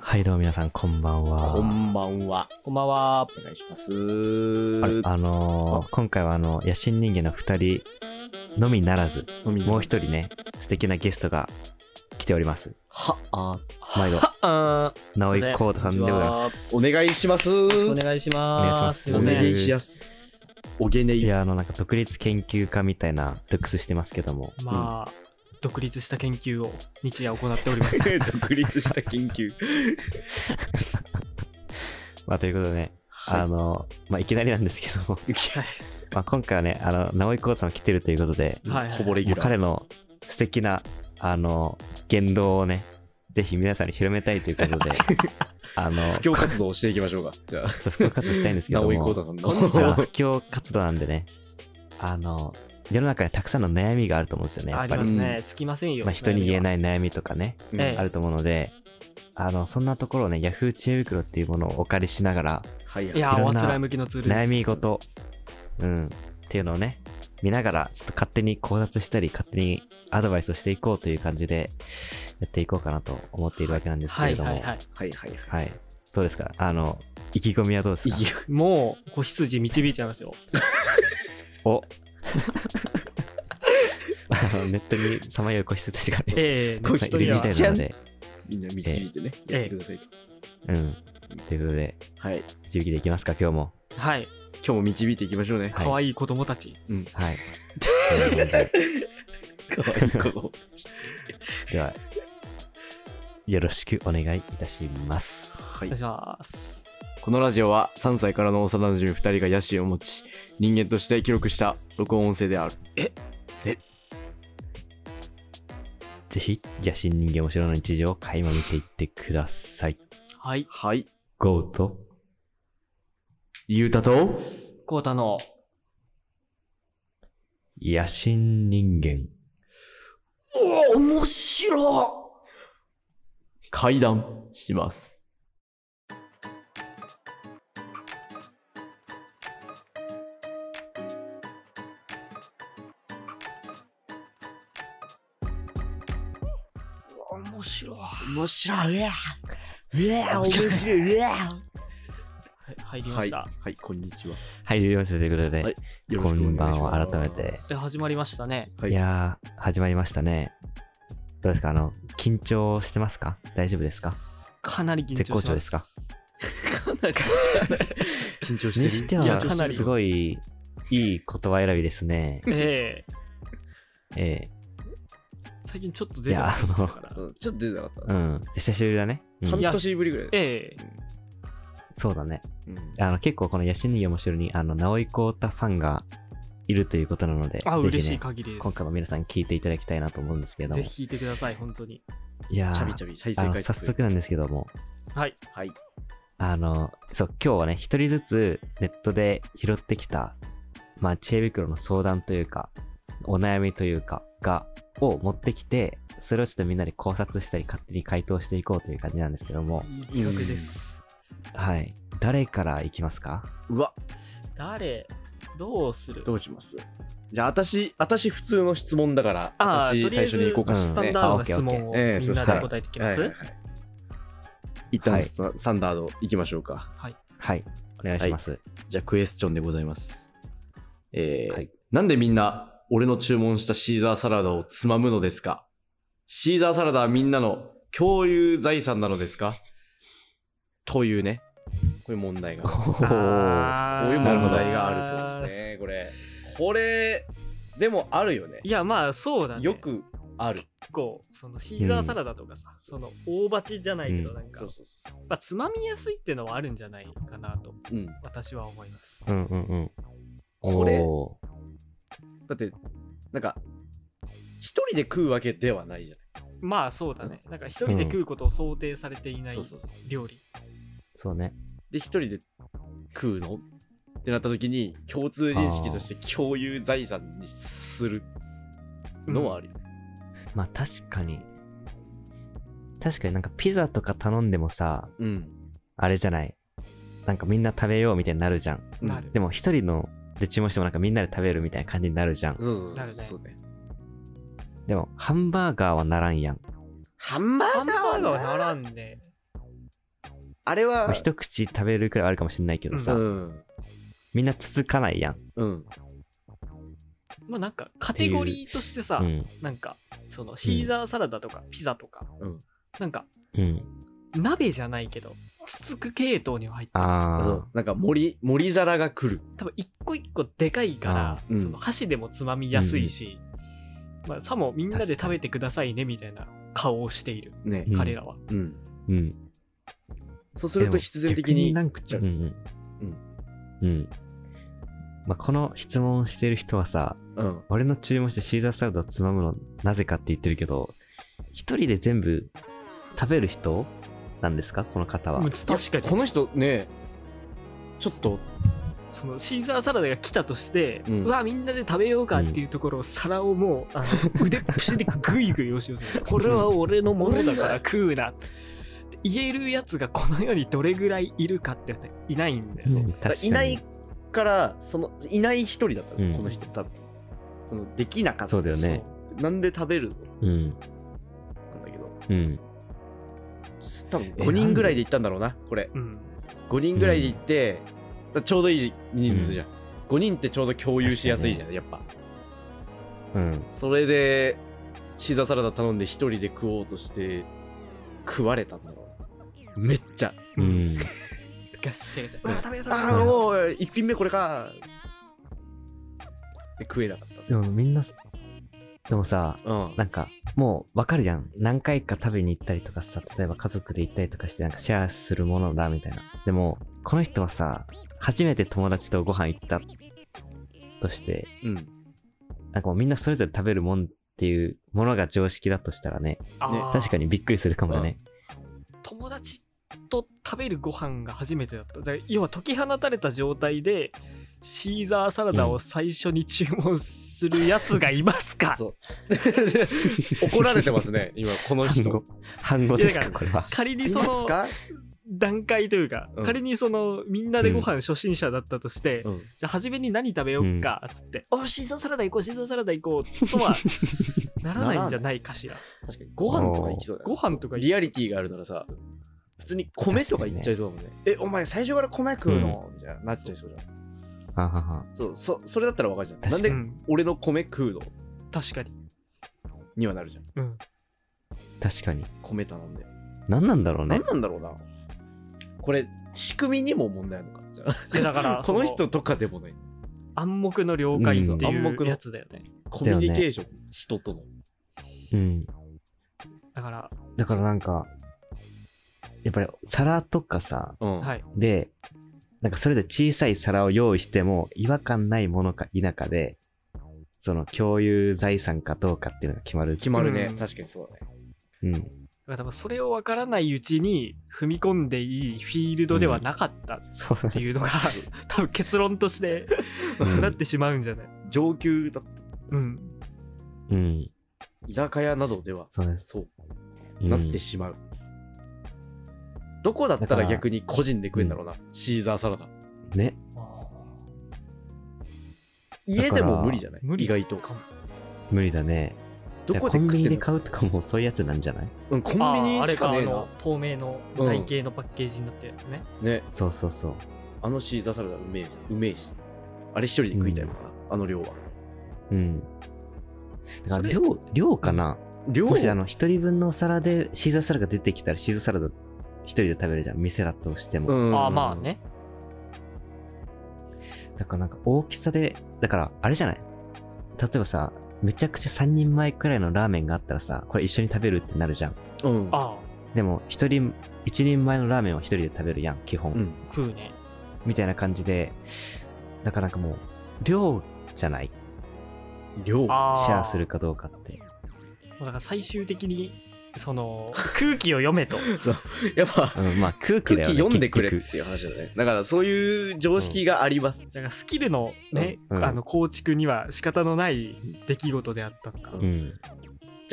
はい、どうも皆さん、こんばんは。こんばんは。こんばんは。お願いします。あれあのー今回はあの、野心人間の2人のみならず、飲みもう1人ね、素敵なゲストが来ております。は、あ、毎度、あー直井すいません幸太さんでございます。お願いします。お願いします。お願いしますいませお願ん。いしやす。おげねいい。や、あの、なんか独立研究家みたいなルックスしてますけども、まあ、独立した研究を日夜行っており ます。 独立した研究。まあ、ということでね、あの、まあ、いきなりなんですけども、 まあ、今回はね、あの、直井幸太さんが来てるということで、はいほぼレギもうュラー。彼の素敵なあの言動をねぜひ皆さんに広めたいということで あの布教活動をしていきましょうか。じゃあ、そう復活したいんですけど直井幸も太さんの。 じゃあ布教活動なんでねあの世の中にたくさんの悩みがあると思うんですよねやあっりぱまりすね。つきませんよ。まあ、人に言えい。ない悩みとかねうんええあると思うのであのそんなところをね Yahoo 知恵袋っていうものをお借りしながらはいはいいやいー、おろんあなつらい向きのツールです。悩み事、うん、っていうのをね、見ながら、ちょっと勝手に考察したり、勝手にアドバイスをしていこうという感じで、やっていこうかなと思っているわけなんですけはれいども、ははいいはい。はいはいはい。どうですかあの、意気込みはどうですかいやもう、子羊導いちゃいますよ。おあのネットにさまよう子羊たちがね、ええ、たくさんいるね時一人は代なので、みんな導いてね、ええやってくださいと。うん。ということで、はい。今導きでいきますか、今日も。はい。日も導いていきましょう ね。可愛い子供たち。はい。そんな感じでかわいい子。では、よろしくお願いいたします。はおい願い。します。このラジオは3歳からの幼馴染2人が野心を持ち、人間として記録した録音音声である。ぜひ、野心人間お城の日常を垣間見ていってください。はい。はい。 GO と、ゆうたと、コウタの、野心人間。おお、面白会談します。面白い。面白い。面白い。はい入りまはい、したは。い、こんにちは。はい、よろしくということで、はいよろしこくお願いしんばますんは、改めて。え、始まりましたね。はいいやー、始まりましたね。どうですかあの、緊張してますか大丈夫ですかかなり緊張してま絶す。好調ですか緊張してる。にしていやは、かなりすごい、いい言葉選びです ね。ええ。え最近ちょっと出てませんでしたから。うんちょっと出てなかっえうん。久しぶりだね。うんた。いや半年ぶりぐらいだ。ええ。そうだね。うんあの、結構この野心人間面白いに、あの、直井幸太ファンがいるということなので、ぜあ、ひね嬉しい限りです。今回も皆さん聞いていただきたいなと思うんですけれどもぜ。ひ聞いてください、本当に。いやーチャビチャビ再あ生の回数。早速なんですけども、はい。はい。あの、そう、今日はね、一人ずつネットで拾ってきた、まあ、知恵袋の相談というか、お悩みというか、が、を持ってきて、それをちょっとみんなで考察したり、勝手に回答していこうという感じなんですけども、いい企画です。はい。誰からいきますかうわ、誰どうするどうしますじゃあ、私、私普通の質問だから、あー私とりあ最えず初に行こうかしスらタンね。ダはードな質問をあ OK み OK ええんなで答えてきいまはいはすい一旦はいスタスタンダード行きましょうか。はい。お願いします。じゃあクエスチョンでございます。えーはいなんでみんな俺の注文したシーザーサラダをつまむのですかシーザーサラダはみんなの共有財産なのですかというね、こういう問題が。こおーういう問なるほど題があるそうですね、これ。これ、でもあるよねい。やまあそうだねよくある。結構そのシーザーサラダとかさ、その大鉢じゃないけどなんか、そうそうそまあ、つまみやすいっていうのはあるんじゃないかなとう。うん。だ私は思います、うんうんうん。これおーって、なんか、一人で食うわけではないじゃな。まあそうだねなんか一人で食うことを想定されていないいそうそうそう。料理、そうね。で一人で食うのってなった時に共通認識として共有財産にするのはあるよね、まあ確かに。確かになんかピザとか頼んでもさ、うんあれじゃない。なんかみんな食べようみたいになるじゃん。なるでも一人ので注文してもなんかみんなで食べるみたいな感じになるじゃん。そうそうそうなるねそうねでもハンバーガーはならんやん。ハンバハンバーガーはならんねあれまあは、一口食べるくらいはあるかもしれないけどさ、うん。みんなつつかないやん。うん。まあなんかカテゴリーとしてさ、うん。なんかそのシーザーサラダとかピザとか、うんなんかうん。鍋じゃないけどつつく系統には入ってるんですよああ。そう。なんか盛り、盛り皿が来る。多分一個一個でかいからあ、ーうんその箸でもつまみやすいし、まあ、さもみんなで食べてくださいねみたいな顔をしているねう。ん彼らは、うん。うん。そうするでとも必然的に逆。何食っちゃう。うん。うん。うん。まあ、この質問してる人はさ、うん。俺の注文してシーザーサラダをつまむのなぜかって言ってるけど、一人で全部食べる人なんですかこの方は。うん確かこにの人ね、ちょっと、そのシーザーサラダが来たとして、ううんわみんなで食べようかっていうところを皿をもうあの腕っぷしでグイグイ押し寄せてこれは俺のものだから食うなって言えるやつがこの世にどれぐらいいるかってやついないんだよ、うん確かにいないから、その、いない一人だったの、うんこの人、多分。その、できなかった。そうだよねそう。なんで食べるのうん。なんだけど、うん。多分5人ぐらいで行ったんだろうな、これ。うん、 5人ぐらいで行って、だちょうどいい人数じゃん、5人ってちょうど共有しやすいじゃんやっぱうん。それでシーザーサラダ頼んで1人で食おうとして食われたんだろうめっちゃうん。ガッシャガシャねうわ食べよう食べようああもう1品目これかで食えなかっでもみんな、でもさ、たうんなんか、もうわかるじゃん。何回か食べに行ったりとかさ、例えば家族で行ったりとかして、なんかシェアするものだみたいな。でも、この人はさ、初めて友達とご飯行ったとして、うんなんかもうみんなそれぞれ食べるもんっていうものが常識だとしたらね、あー確かにびっくりするかもよね。友達と食べるご飯が初めてだっただから要は解き放たれた状態でシーザーサラダを最初に注文するやつがいますか、そう 怒られてます ね今この 半人語。半語ですか、これは。仮いにますそのか段階というか、うん仮にそのみんなでご飯初心者だったとして、うんじゃあ初めに何食べようかっつって、おシーザーサラダ行こうシーザーサラダ行こうと はならないんじゃないかしら確かにご飯とか行きそうだねご飯とかリアリティがあるならさ、普通に米とかいっちゃいそうだもんね。え、お前最初から米食うの、みたいな、なっちゃいそうじゃん。あはは。そう、そ、それだったらわかるじゃん。な確んかでにうん俺の米食うの確かに、にはなるじゃん。うん、確かに。米頼んで。何なんだろうね何。なんだろうな。これ、仕組みにも問題あるのか。じゃいやだかあら このそ人とかでもね、暗黙の了解ってうん暗い黙うのやつだよね、コミュニケーション、人との。うん。だからだからなんか、やっぱり皿とかさ、うん。はいで、なんかそれぞれ小さい皿を用意しても違和感ないものか否かで、その共有財産かどうかっていうのが決まる。決まるね、うん確かにそうだね。うん。だから多分それを分からないうちに踏み込んでいいフィールドではなかったっそうだていうのが、多分結論としてうんなってしまうんじゃない 上級だった。うん。うん。居酒屋などでは、そうです。そう、うんなってしまう。どこだったら逆に個人で食えんだろうな、シーザーサラダ。ね。家でも無理じゃない無理意外とかも無理だね。どこコでン食ビっニてんでの買うとかもそういうやつなんじゃないうんコあンビーニあれしかか、あねえのな透明のうん台形のパッケージになったやつね。ねそうそうそう。あのシーザーサラダうめえしうめえしあれ一人で食いたいのかな、あの量はうん。だそかられ量、量かな量もしあの、一人分のお皿でシーザーサラダ出てきたらシーザーサラダ一人で食べるじゃん。店だとしても。うんああ、まあね。だからなんか大きさで、だからあれじゃない例えばさ、めちゃくちゃ3人前くらいのラーメンがあったらさ、これ一緒に食べるってなるじゃん。うんああ、でも、一人、一人前のラーメンは一人で食べるやん、基本。うん食うね。みたいな感じで、だからなんかもう、量じゃない量ああ。シェアする。かどうかって。だから最終的に、その、空気を読めと。やっぱうん、まあ空気空だよ気ね。読んでくれっ結局ていう話だねだからそういう常識があります、だからスキルのね、うんうんあの構築には仕方のない出来事であったのか。うんうん。じゃ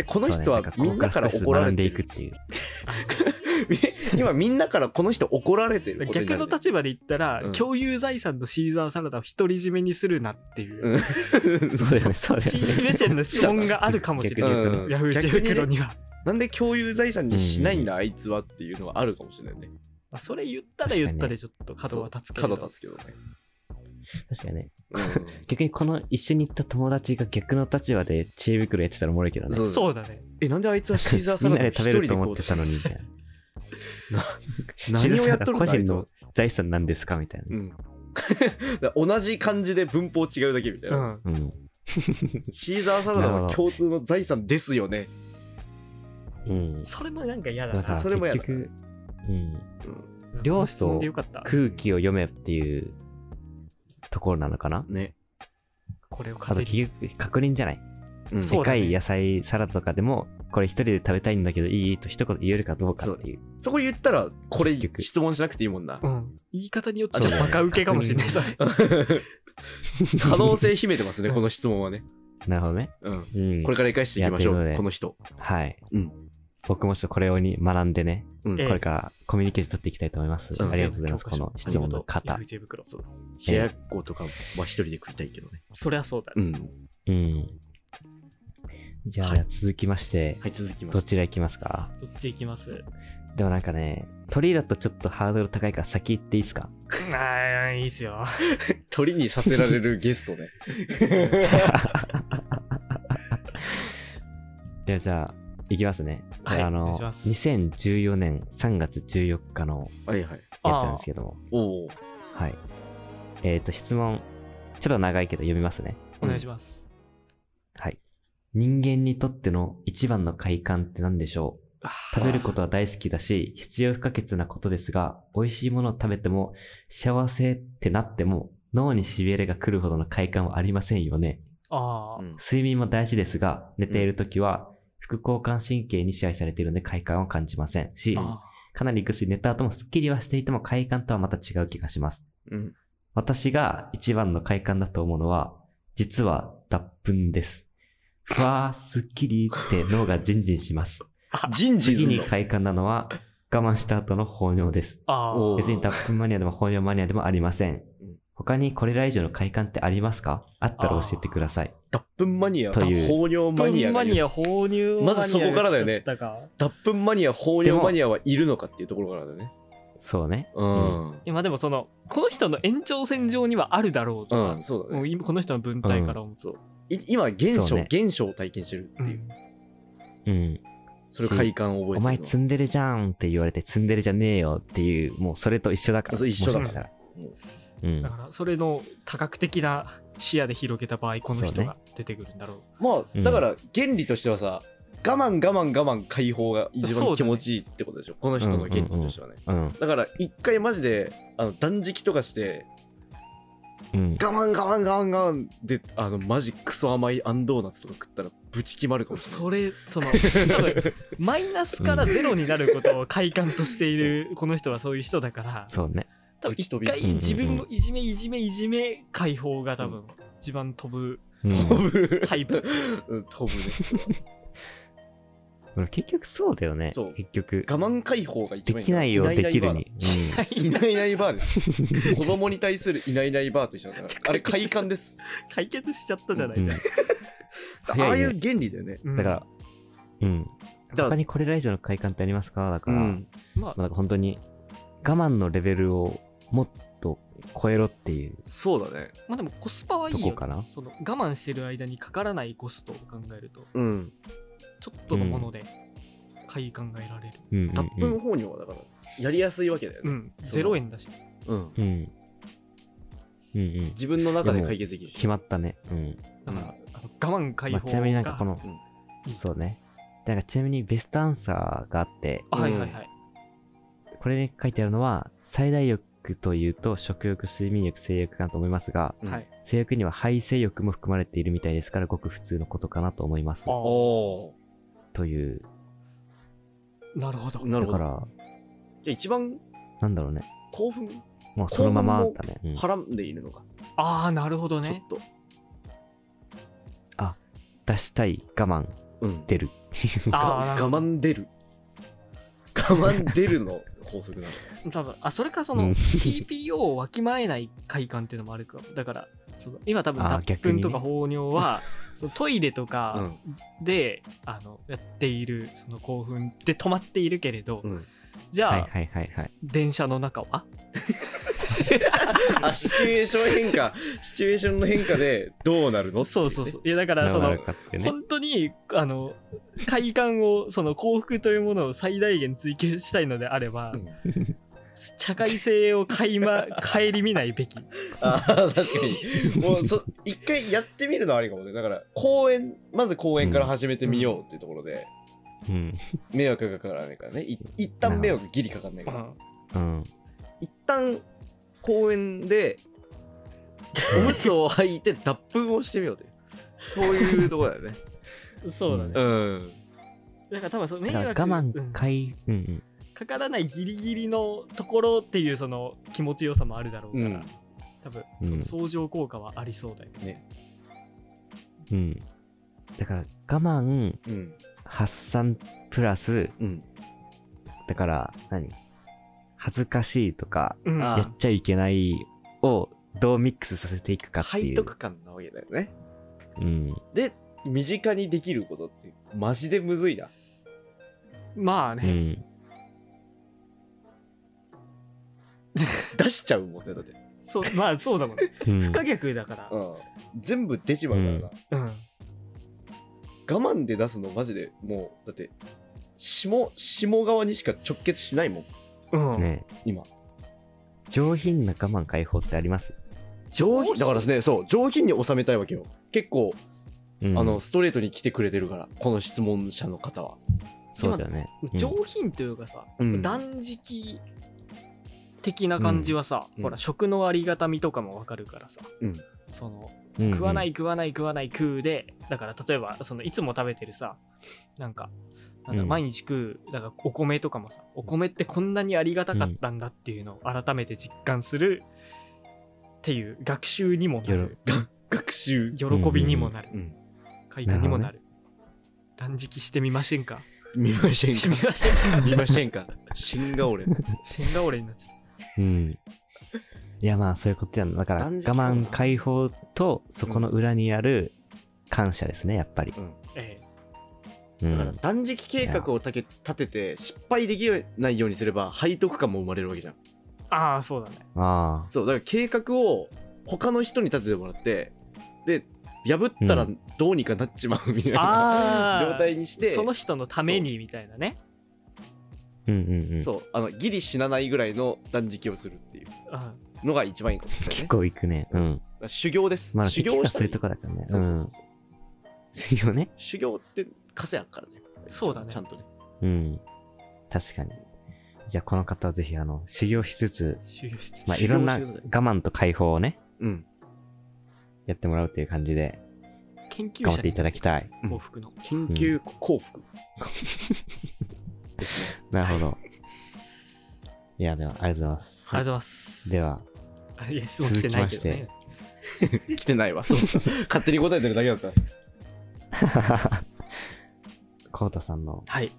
あこのそうね人はんここみんなから少しずつ怒ら学れんでていくっるていう。 今みんなからこの人怒られてることにな逆るのね立場で言ったら、うん共有財産のシーザーサラダを独り占めにするなっていう、うん そうだよね、そうだ地よね。域目線の質問があるかもしれない、逆に言うとねうんヤフーチェ逆に袋ねにはなんで共有財産にしないんだ、あいつはっていうのはあるかもしれないねまあ、それ言ったら言ったでちょっと角は立つけれど、角立つけどね。確かにね。うん逆にこの一緒に行った友達が逆の立場で知恵袋やってたらおもろいけどね。そうつそうだね。え、なんであ いつはシーザーサみんラなダで一食人べるでと行こ思うっとてしたたののにみたいな。何をやっとるん個だ人あいのつは財産なんですかみたいな。うん。 だから同じ漢字で文法違うだけみたいうな。ん。うん。シーザーサラダは共通の財産ですよね。うん。それもなんか嫌だだからな。それもや結だ局、うん、両両質問でよかった。空気を読めっていうところなのかなね。これをあと糧に。結局確認じゃない、うんそでうかだねい野菜サラダとかでもこれ一人で食べたいんだけどいいと一言言えるかどうかっていうそこ言ったら、これ結局質問しなくていいもんなう。ん。言い方によってあちょっとそうだねバカ受けかもしれない。それ 可能性秘めてますね、この質問はね。なるほどね、うん。うん、これから生かしていきましやっょてるのう、でこの人。はい、うん僕もちょっとこれをに学んでね、うんええこれからコミュニケーション取っていきたいと思います、そうありがとうございます教こ科書の質問のあ方りがとう FJ 袋。冷ややっことかは一人で食いたいけどね。そりゃそうだうね。ん。うんじゃあ、はい続きまして、はい、続きまどす。ちら行きますかどっち行きますでもなんかね鳥だとちょっとハードル高いから先行っていいですかああ、いいっすよ。鳥にさせられるゲストね。いやじゃあいきますね、はいあお願のいします2014年3月14日の はいやはい。つなんですけどもおお。はいえっ、と質問ちょっと長いけど読みますねお願いします。はい人間にとっての一番の快感って何でしょう食べることは大好きだし必要不可欠なことですが美味しいものを食べても幸せってなっても脳にしびれが来るほどの快感はありませんよねああう、ん睡眠も大事ですが、寝ているときは、副交感神経に支配されているので快感を感じませんし、あかなりぐっすり寝た後もスッキリはしていても快感とはまた違う気がします。うん。私が一番の快感だと思うのは、実は脱粉です。ふわー、スッキリって脳がジンジンし ます。人事次すんにの快感なのは、我慢した後の放尿です。あおあ、別に脱粉マニアでも放尿マニアでもありませんうん。他にこれら以上の快感ってありますかあったら教えてください。脱粉マニア、という放尿マニア分がマいるニア、放入マニアまずそこからだよねが来ちゃったか脱粉マニア、放尿マニアはいるのかっていうところからだね。そうね。うん。今でもその、この人の延長線上にはあるだろうとうかん、、そうだもね。う今この人の文体から思う。そう。い今、現そ象、うね現象を体験してるっていう。うん。それ快感を覚えてるお前積んでるじゃんって言われて積んでるじゃねえよっていうもうそれと一緒だからそう一緒だもしかもうしたらうんだからそれの多角的な視野で広げた場合この人が出てくるんだろうまうんあ、だから、原理としてはさ、我慢我慢我慢解放が一そうだ番ね気持ちいいってことでしょ。この人の原理としてはね。うんだから、一回マジで、あの、断食とかして、うん我慢我慢我慢我慢で、あの、マジクソ甘いあんドーナツとか食ったら、ぶち決まるかもしれない。それその多分マイナスからゼロになることを快感としているこの人はそういう人だからそうね多分ぶち一飛び回うん自分のいじめいじめいじめ解放が多分一番飛ぶうん飛ぶ。タイプ うん飛ぶね。俺結局そうだよねそう結局我慢解放が一で番いいきないよなできるにいないいないバーです。子供に対するいないいないバーと一緒 だから。あれ、快感です。解決しちゃったじゃなういん じゃん、早いねああいう原理だよね。うんだからうんだ他にこれら以上の快感ってありますかだからままああなんか本当に我慢のレベルをもっと超えろっていうそうだね。まあでもコスパはいいよどこかなその我慢してる間にかからないコストを考えるとうん。ちょっとのもので快感が得られるうん脱うんう粉ん放尿はだから、やりやすいわけだようね。ん0円だしうん。うんうんうん自分の中で解決できる決し。まったねうんだから、あの我慢解まあ放ちなみになんかこのいいそうね。なんかちなみにベストアンサーがあって、あはいはいはい、これに書いてあるのは、最大欲というと食欲、睡眠欲、性欲かなと思いますが、うんはい。性欲には排性欲も含まれているみたいですから、ごく普通のことかなと思います。あおという。なるほどーだなるほかど。ら、じゃあ一番なんだろうね。興奮、もうそのままだね。うんはらんでいるのが、ああなるほどちょねっと。出したい、我慢、うん。出る。あーなる我ほど慢出る。我慢出るの法則なの。多分あそれかそうんの TPO をわきまえない快感っていうのもあるかもだからその今多分あー脱逆に粉ねとか放 尿は、そのトイレとかで、あのやっているその興奮で止まっているけれど、うん。じゃあ、 はいはいはいはい。電車の中はあ、シチュエーション変化、シチュエーションの変化でどうなるの。そうそうそうういやだからそどうなのるかってね。本当にあの快感をその幸福というものを最大限追求したいのであれば、うん社会性を垣 間顧みないべきあー確かに。もうそ、一回やってみるのありかもね。だから、公園、まず公園から始めてみようっていうところで、うん。迷惑がかからないからね。い一旦迷惑ギリかかんないかうら。ん。一旦公園でおむつを履いて脱粉をしてみようというそういうところだ よねそうだね、うんなんか多分そのだ迷から惑我う慢んかい、うんうん。かからないギリギリのところっていうその気持ちよさもあるだろうから、うん多分うんその相乗効果はありそうだよね。うん。だから我慢、うん発散プラス、うんだから何恥ずかしいとか、うんあやっちゃいけないをどうミックスさせていくかって背いう。徳感なわけだよねうん。で身近にできることってマジでむずいなまあうね、ん。出しちゃうもんねだって、そうまあそうだもんね。うん不可逆だから。うん、全部出ちまうからな、我うん。慢で出すのマジでもうだって下下側にしか直結しないもんうん。ね今上品な我慢解放ってあります上品だからねそう上品に収めたいわけよ結構うんあの、ストレートに来てくれてるから、この質問者の方は。そうだよね。うん上品というかさ、うん断食的な感じはさ、うんほら食のありがたみとかもわかるからさ、うんそのうん食わない食わない食わない食うでだから例えばそのいつも食べてるさなんかなんだうん毎日食うだからお米とかもさお米ってこんなにありがたかったんだっていうのを改めて実感するっていう学習にもなる学習。喜びにもなるうん。快感にもなる断食してみませんか見ませ してみんかませんか 見ません か死んが俺。死んだ俺になっちゃったうん。いやまあそういうことやんだから我断食か慢解放とそこの裏にある感謝ですねやっぱり。えうだからん。断食計画をたけ立てて、失敗できないようにすれば、背徳感も生まれるわけじゃん。えああそうだねああ。そう、だから計画を他の人に立ててもらって、で、破ったらうどうにかなっちまうみたいな、ああ状態にして、その人のためにみたいなねうんうんうん。そう、あの、ギリ死なないぐらいの断食をするっていううんのが一番いいことだよね。結構いくね。うん。だから修行です。まあ修結局行をはしそうたいうとこらいだからねい。うそうそうそうんそ。う。修行ね。 修行って稼やからね。そうだねちゃんとね。うん。確かに。じゃあこの方はぜひあの修行しつつ、収容室まあ修い行ろんなして我ください慢と解放をね、うん。やってもらうという感じで研究頑張者っていただきたい。幸福の緊急幸福。なるほど。いやではありがとうございます。ありがとうございますでは、あいや質問してないけどね来てないわ。そうか勝手に答えてるだけだった。 コウタさんのはい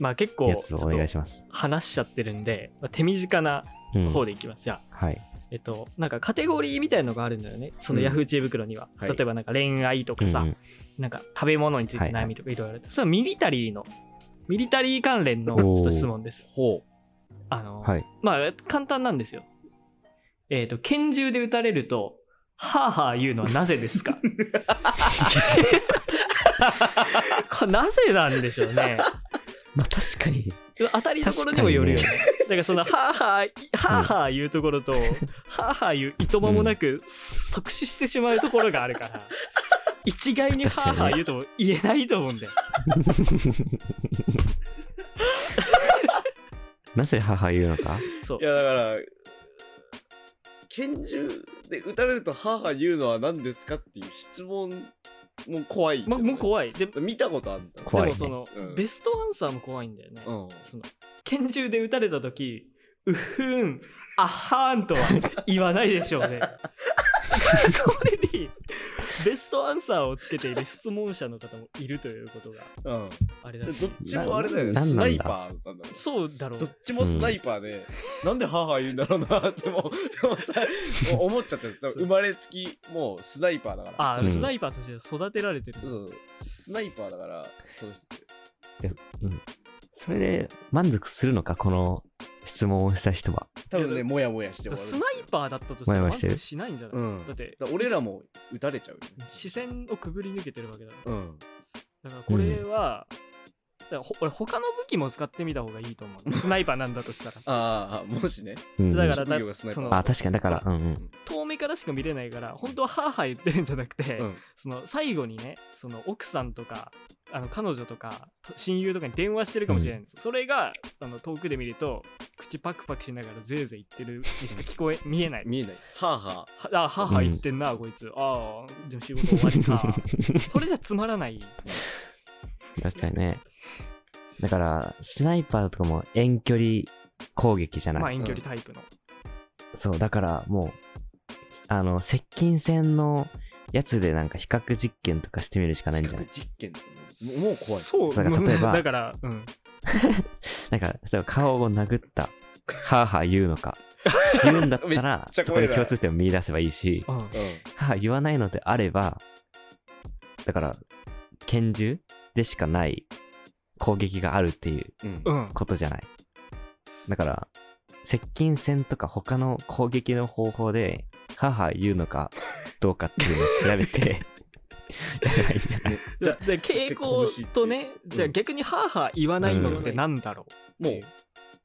まあ結構やちつょをっお願いとします。話しちゃってるんで、まあ、手短なうん方でいきます、じゃあはい。えっとなんかカテゴリーみたいのがあるんだよねそのうんヤフー知恵袋には、はい例えばなんか恋愛とかさ、うんうんなんか食べ物について悩みとかいろいろある、そのミリタリーのミリタリー関連のおーちょっと質問ですほあの、はい。まあ簡単なんですよえっ、と拳銃で撃たれるとはあはあ言うのはなぜですかこれなぜなんでしょうねまあ確かに。当たりどころにもよるよね。だからその、はあはあい、はあはあ言うところと、はあはあ言ういとまもなく即死してしまうところがあるから、一概にはあはあ言うとも言えないと思うんだよ。なぜ母言うのかそうう。い。やだから、拳銃で撃たれると母言うのは何ですかっていう質問も怖い。もうもう怖い。で見たことあるんだ。怖いねでもその、うんベストアンサーも怖いんだよね。うん。その拳銃で撃たれた時うふーんあはーんとは言わないでしょうねこれにベストアンサーをつけている質問者の方もいるということがうん。あれどだしっちもあれだよね。ななんなスんだナイパーなんだろうそうだろどうっちもスナイパーで、なんで母言うんだろうなってもう、 もうさもう思っちゃってる。多分生まれつき、もうスナイパーだから。あうんスナイパーとして育てられてるそうそうスナイパーだから、その人って。うんそれで満足するのか、この質問をした人は。多分ね、もやもやして終わる。スナイパーだったとした前ら々満してる足しないんじゃない、うんだってだから俺らも撃たれちゃうよね。視線をくぐり抜けてるわけだかうん。らだからこれは、だからほ俺他の武器も使ってみた方がいいと思うスナイパーなんだとしたらあーあー、もしね。うん、だから職業がスナイパそーのあ、確かに、だから、うんうん。遠目からしか見れないから本当はハーハー言ってるんじゃなくて、うん。その最後にねその奥さんとかあの彼女とか親友とかに電話してるかもしれないんです、それがあの遠くで見ると口パクパクしながらぜいぜい言ってるにしか聞こえ見えない見えない。はあははあ母言ってんな、こいつああでも仕事終わりかそれじゃつまらない確かにね。だから、スナイパーとかも遠距離攻撃じゃない。まあ遠距離タイプの、そう、だからもう、あの、接近戦のやつでなんか比較実験とかしてみるしかあ。ないんじゃない比較実験ってもうもう怖い。そうだから例えばだから、うん、なんか、例えば顔を殴った、はぁはぁ言うのか、言うんだったら、ちゃそこ怖いにな共通点を見出せばいいし、うん、う。はぁ言わないのであれば、だから、拳銃でしかない攻撃があるっていうんううん。ん、ことじゃない。だから、接近戦とか他の攻撃の方法で、はぁはぁ言うの かどうかっていうのを調べて、やればいいんじゃないねじじゃゃあ、で傾向とねうんじゃあ逆にハーハー言わないのってなんだろもう、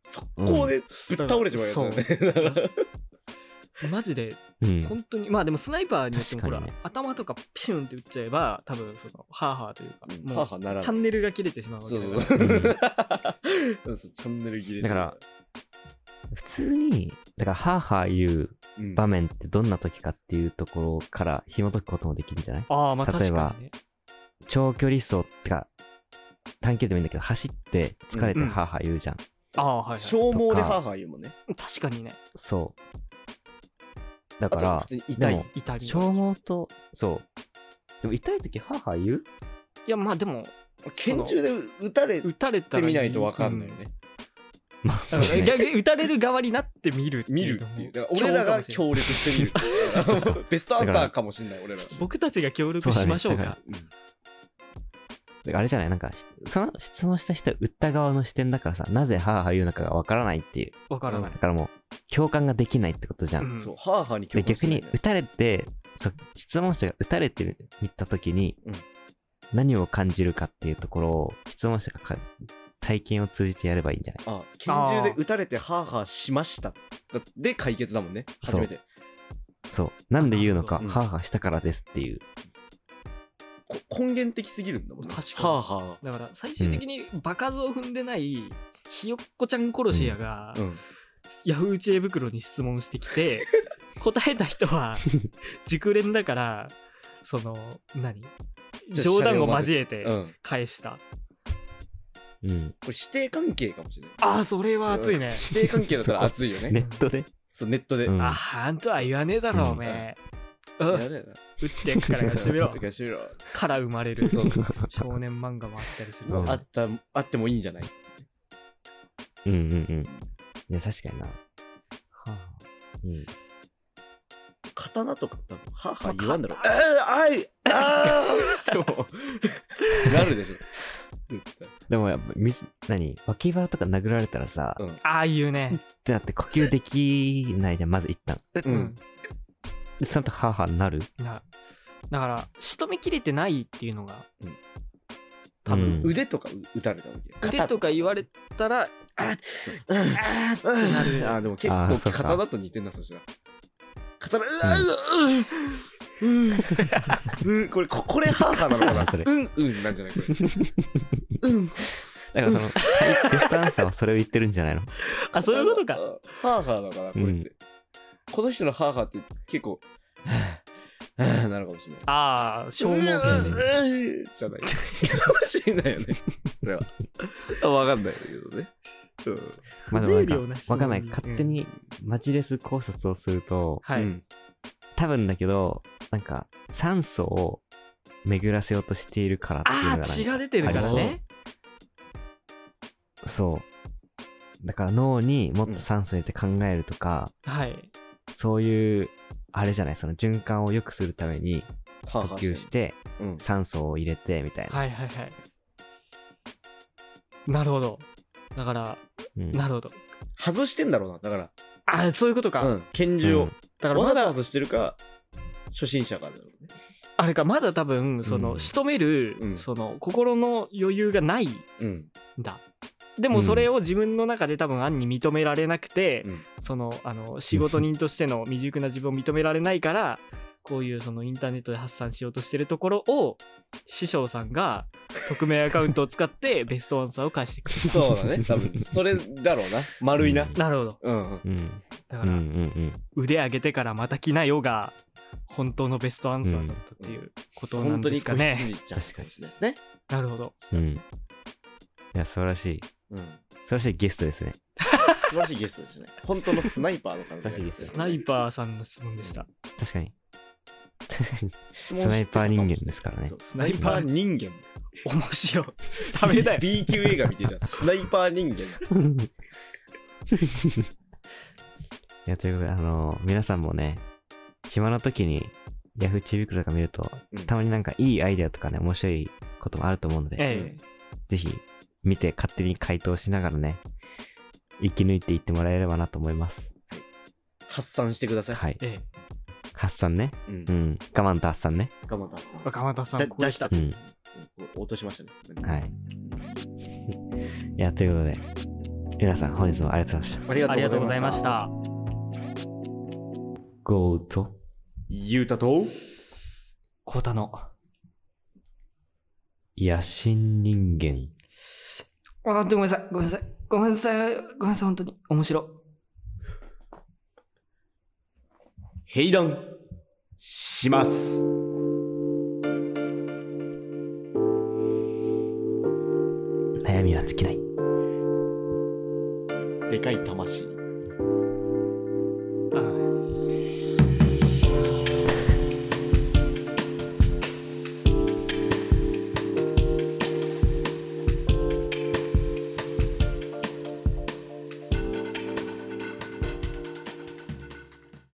速攻でぶっ倒れちまうやつう、だね。 マジでうん。本当にまあでもスナイパーによってもほ確ら、かにね頭とかピシュンって打っちゃえば多分そのハーハーというか、 うんもうハーハーならないチャンネルが切れてしまうわそけうだそかうらそううんそうそう。チャンネル切れだから、普通に、だから、はぁはぁ言ううん場面ってどんな時かっていうところから紐解くこともできるんじゃないああまあ例え確ばかにね長距離走ってか、短距離でもいいんだけど、走って疲れてうんはぁはぁ言うじゃん。ああはい、はい、消耗でハーハー言うもんね。確かにねそう。だあかとはら普、通にで痛いも。痛み消耗と、そう。でも痛い時はぁはぁ言ういやまあでも拳銃で撃たれ撃たれたてらみないとわかんないよね。まあ、うそんうだからね。逆に撃たれる側になってみるっていう見るのっもていう。だから俺らが協力してみるって いう。ベストアンサーかもしれない、俺ら。僕たちが協力しましょうそうだかねだからあれじゃないなんか、しその質問した人は売った側の視点だからさ、なぜはぁはぁ言うのかがわからないっていう。わからないだ、からもう、共感ができないってことじゃん。うんそう、ハーハーにで共感逆してるによね撃たれてそう質問者が撃たれてる見た時に、うん何を感じるかっていうところを質問者がか体験を通じてやればいいんじゃないあ拳銃で撃たれてハーハーしましただで解決だもんね初そうめてそうなんで言うのか、なるほどハーハーしたからですっていうこ根源的すぎるんだもんね確かにハーハだから最終的に場数を踏んでないひよっこちゃん殺し屋が、ーうんヤフー知恵袋に質問してきて答えた人は熟練だからその何じゃあ冗談を交えてうん返した、 うんこれ師弟関係かもしれないああそれは熱いね、師弟関係だったら熱いよネ ねットで、そうネットでうんあーあんたは言わねえだろ、うんおめえ、やうん、れな打ってっからやしてみろやしてみろから生まれるそう少年漫画もあったりするうんじゃあんったあってもいいんじゃないうんうんうんいや確かになはあうん刀とか多分ハーハー言わんだろまえーあ いあーってもうなるでしょ絶対でもやっぱ水何脇腹とか殴られたらさ、うん ああいうね、ってなって呼吸できないじゃんまず一旦うんでその後ハーハーなるなだから仕留めきれてないっていうのが、うん多分、うん腕とか打たれたわけ腕とか言われたらあっあーってなる あーでも結あーそ構っか刀と似てんなそしたら刀うわうんうわうんこれここれハーハーなのかな それうんうんなんじゃないこれ うんだからその、ベストアンサーはそれを言ってるんじゃないのあそういうことかハーハーなのかなこれって、うんこの人のハーハーって結構 はぁはぁなるかもしれないああ消耗品うわうわじゃない かもしれないよねそれは分かんないけどねうんまあでも不明瞭ななん質か、わ問かんない。に勝手にマジレス考察をすると、はい、うん多分だけど、なんか、酸素を巡らせようとしているからっていうのあがあな血いが出てるからねそう。だから脳にもっと酸素入れて考えるとか、はいそういう、あれじゃない、その循環を良くするために、ハー呼ハー吸して、うん酸素を入れてみたいな。はいはいはいなるほどだから、うんなるほど。外してんだろうなだからあ、そういうことか。うん拳銃を、うんだからわまざとだ、外してるか初心者かだろうねあれか、まだ多分、その、うん仕留める、うんその、心の余裕がないんうんだ。でもそれを自分の中で多分案に認められなくて、うんそのあの仕事人としての未熟な自分を認められないからこういうそのインターネットで発散しようとしてるところを師匠さんが匿名アカウントを使ってベストアンサーを返してくれるそうだ ね多分それだろうな丸いななるほどうんうんうんだうんうから、ん腕上げてからまた来なよが本当のベストアンサーだったっていうことなん本当でにすか子ね、羊ちゃんかもしれないですねなるほどうんうんいや素晴らしいうん素晴らしいゲストですね素晴らしいゲストですね本当のスナイパーの感じ素晴らしいゲストスナイパーさんの質問でした確かに ススナイパー人間ですからねスナイパー人間面白いダメ だよ B 級映画見てるじゃんスナイパー人間いやということであの皆さんもね暇な時にヤフーチビクロとか見るとうんたまになんかいいアイデアとかね面白いこともあると思うのでええぜひ見て勝手に回答しながらね生き抜いていってもらえればなと思います発散してくださいはいえ発散ねううんん我慢と発散ね我慢発散え若松さんだこうで出ししたた、うんうん落としましたねはい。 いや、ということで、皆さん本日もありがとうございました。ありありがとうございました。ゴーと。ゆうたとコータの。野心人間。あ、ごめんなさい。ごめんなさい。ごめんなさい。ごめんなさい。本当に。面白い。平談します悩みは尽きない。でかい魂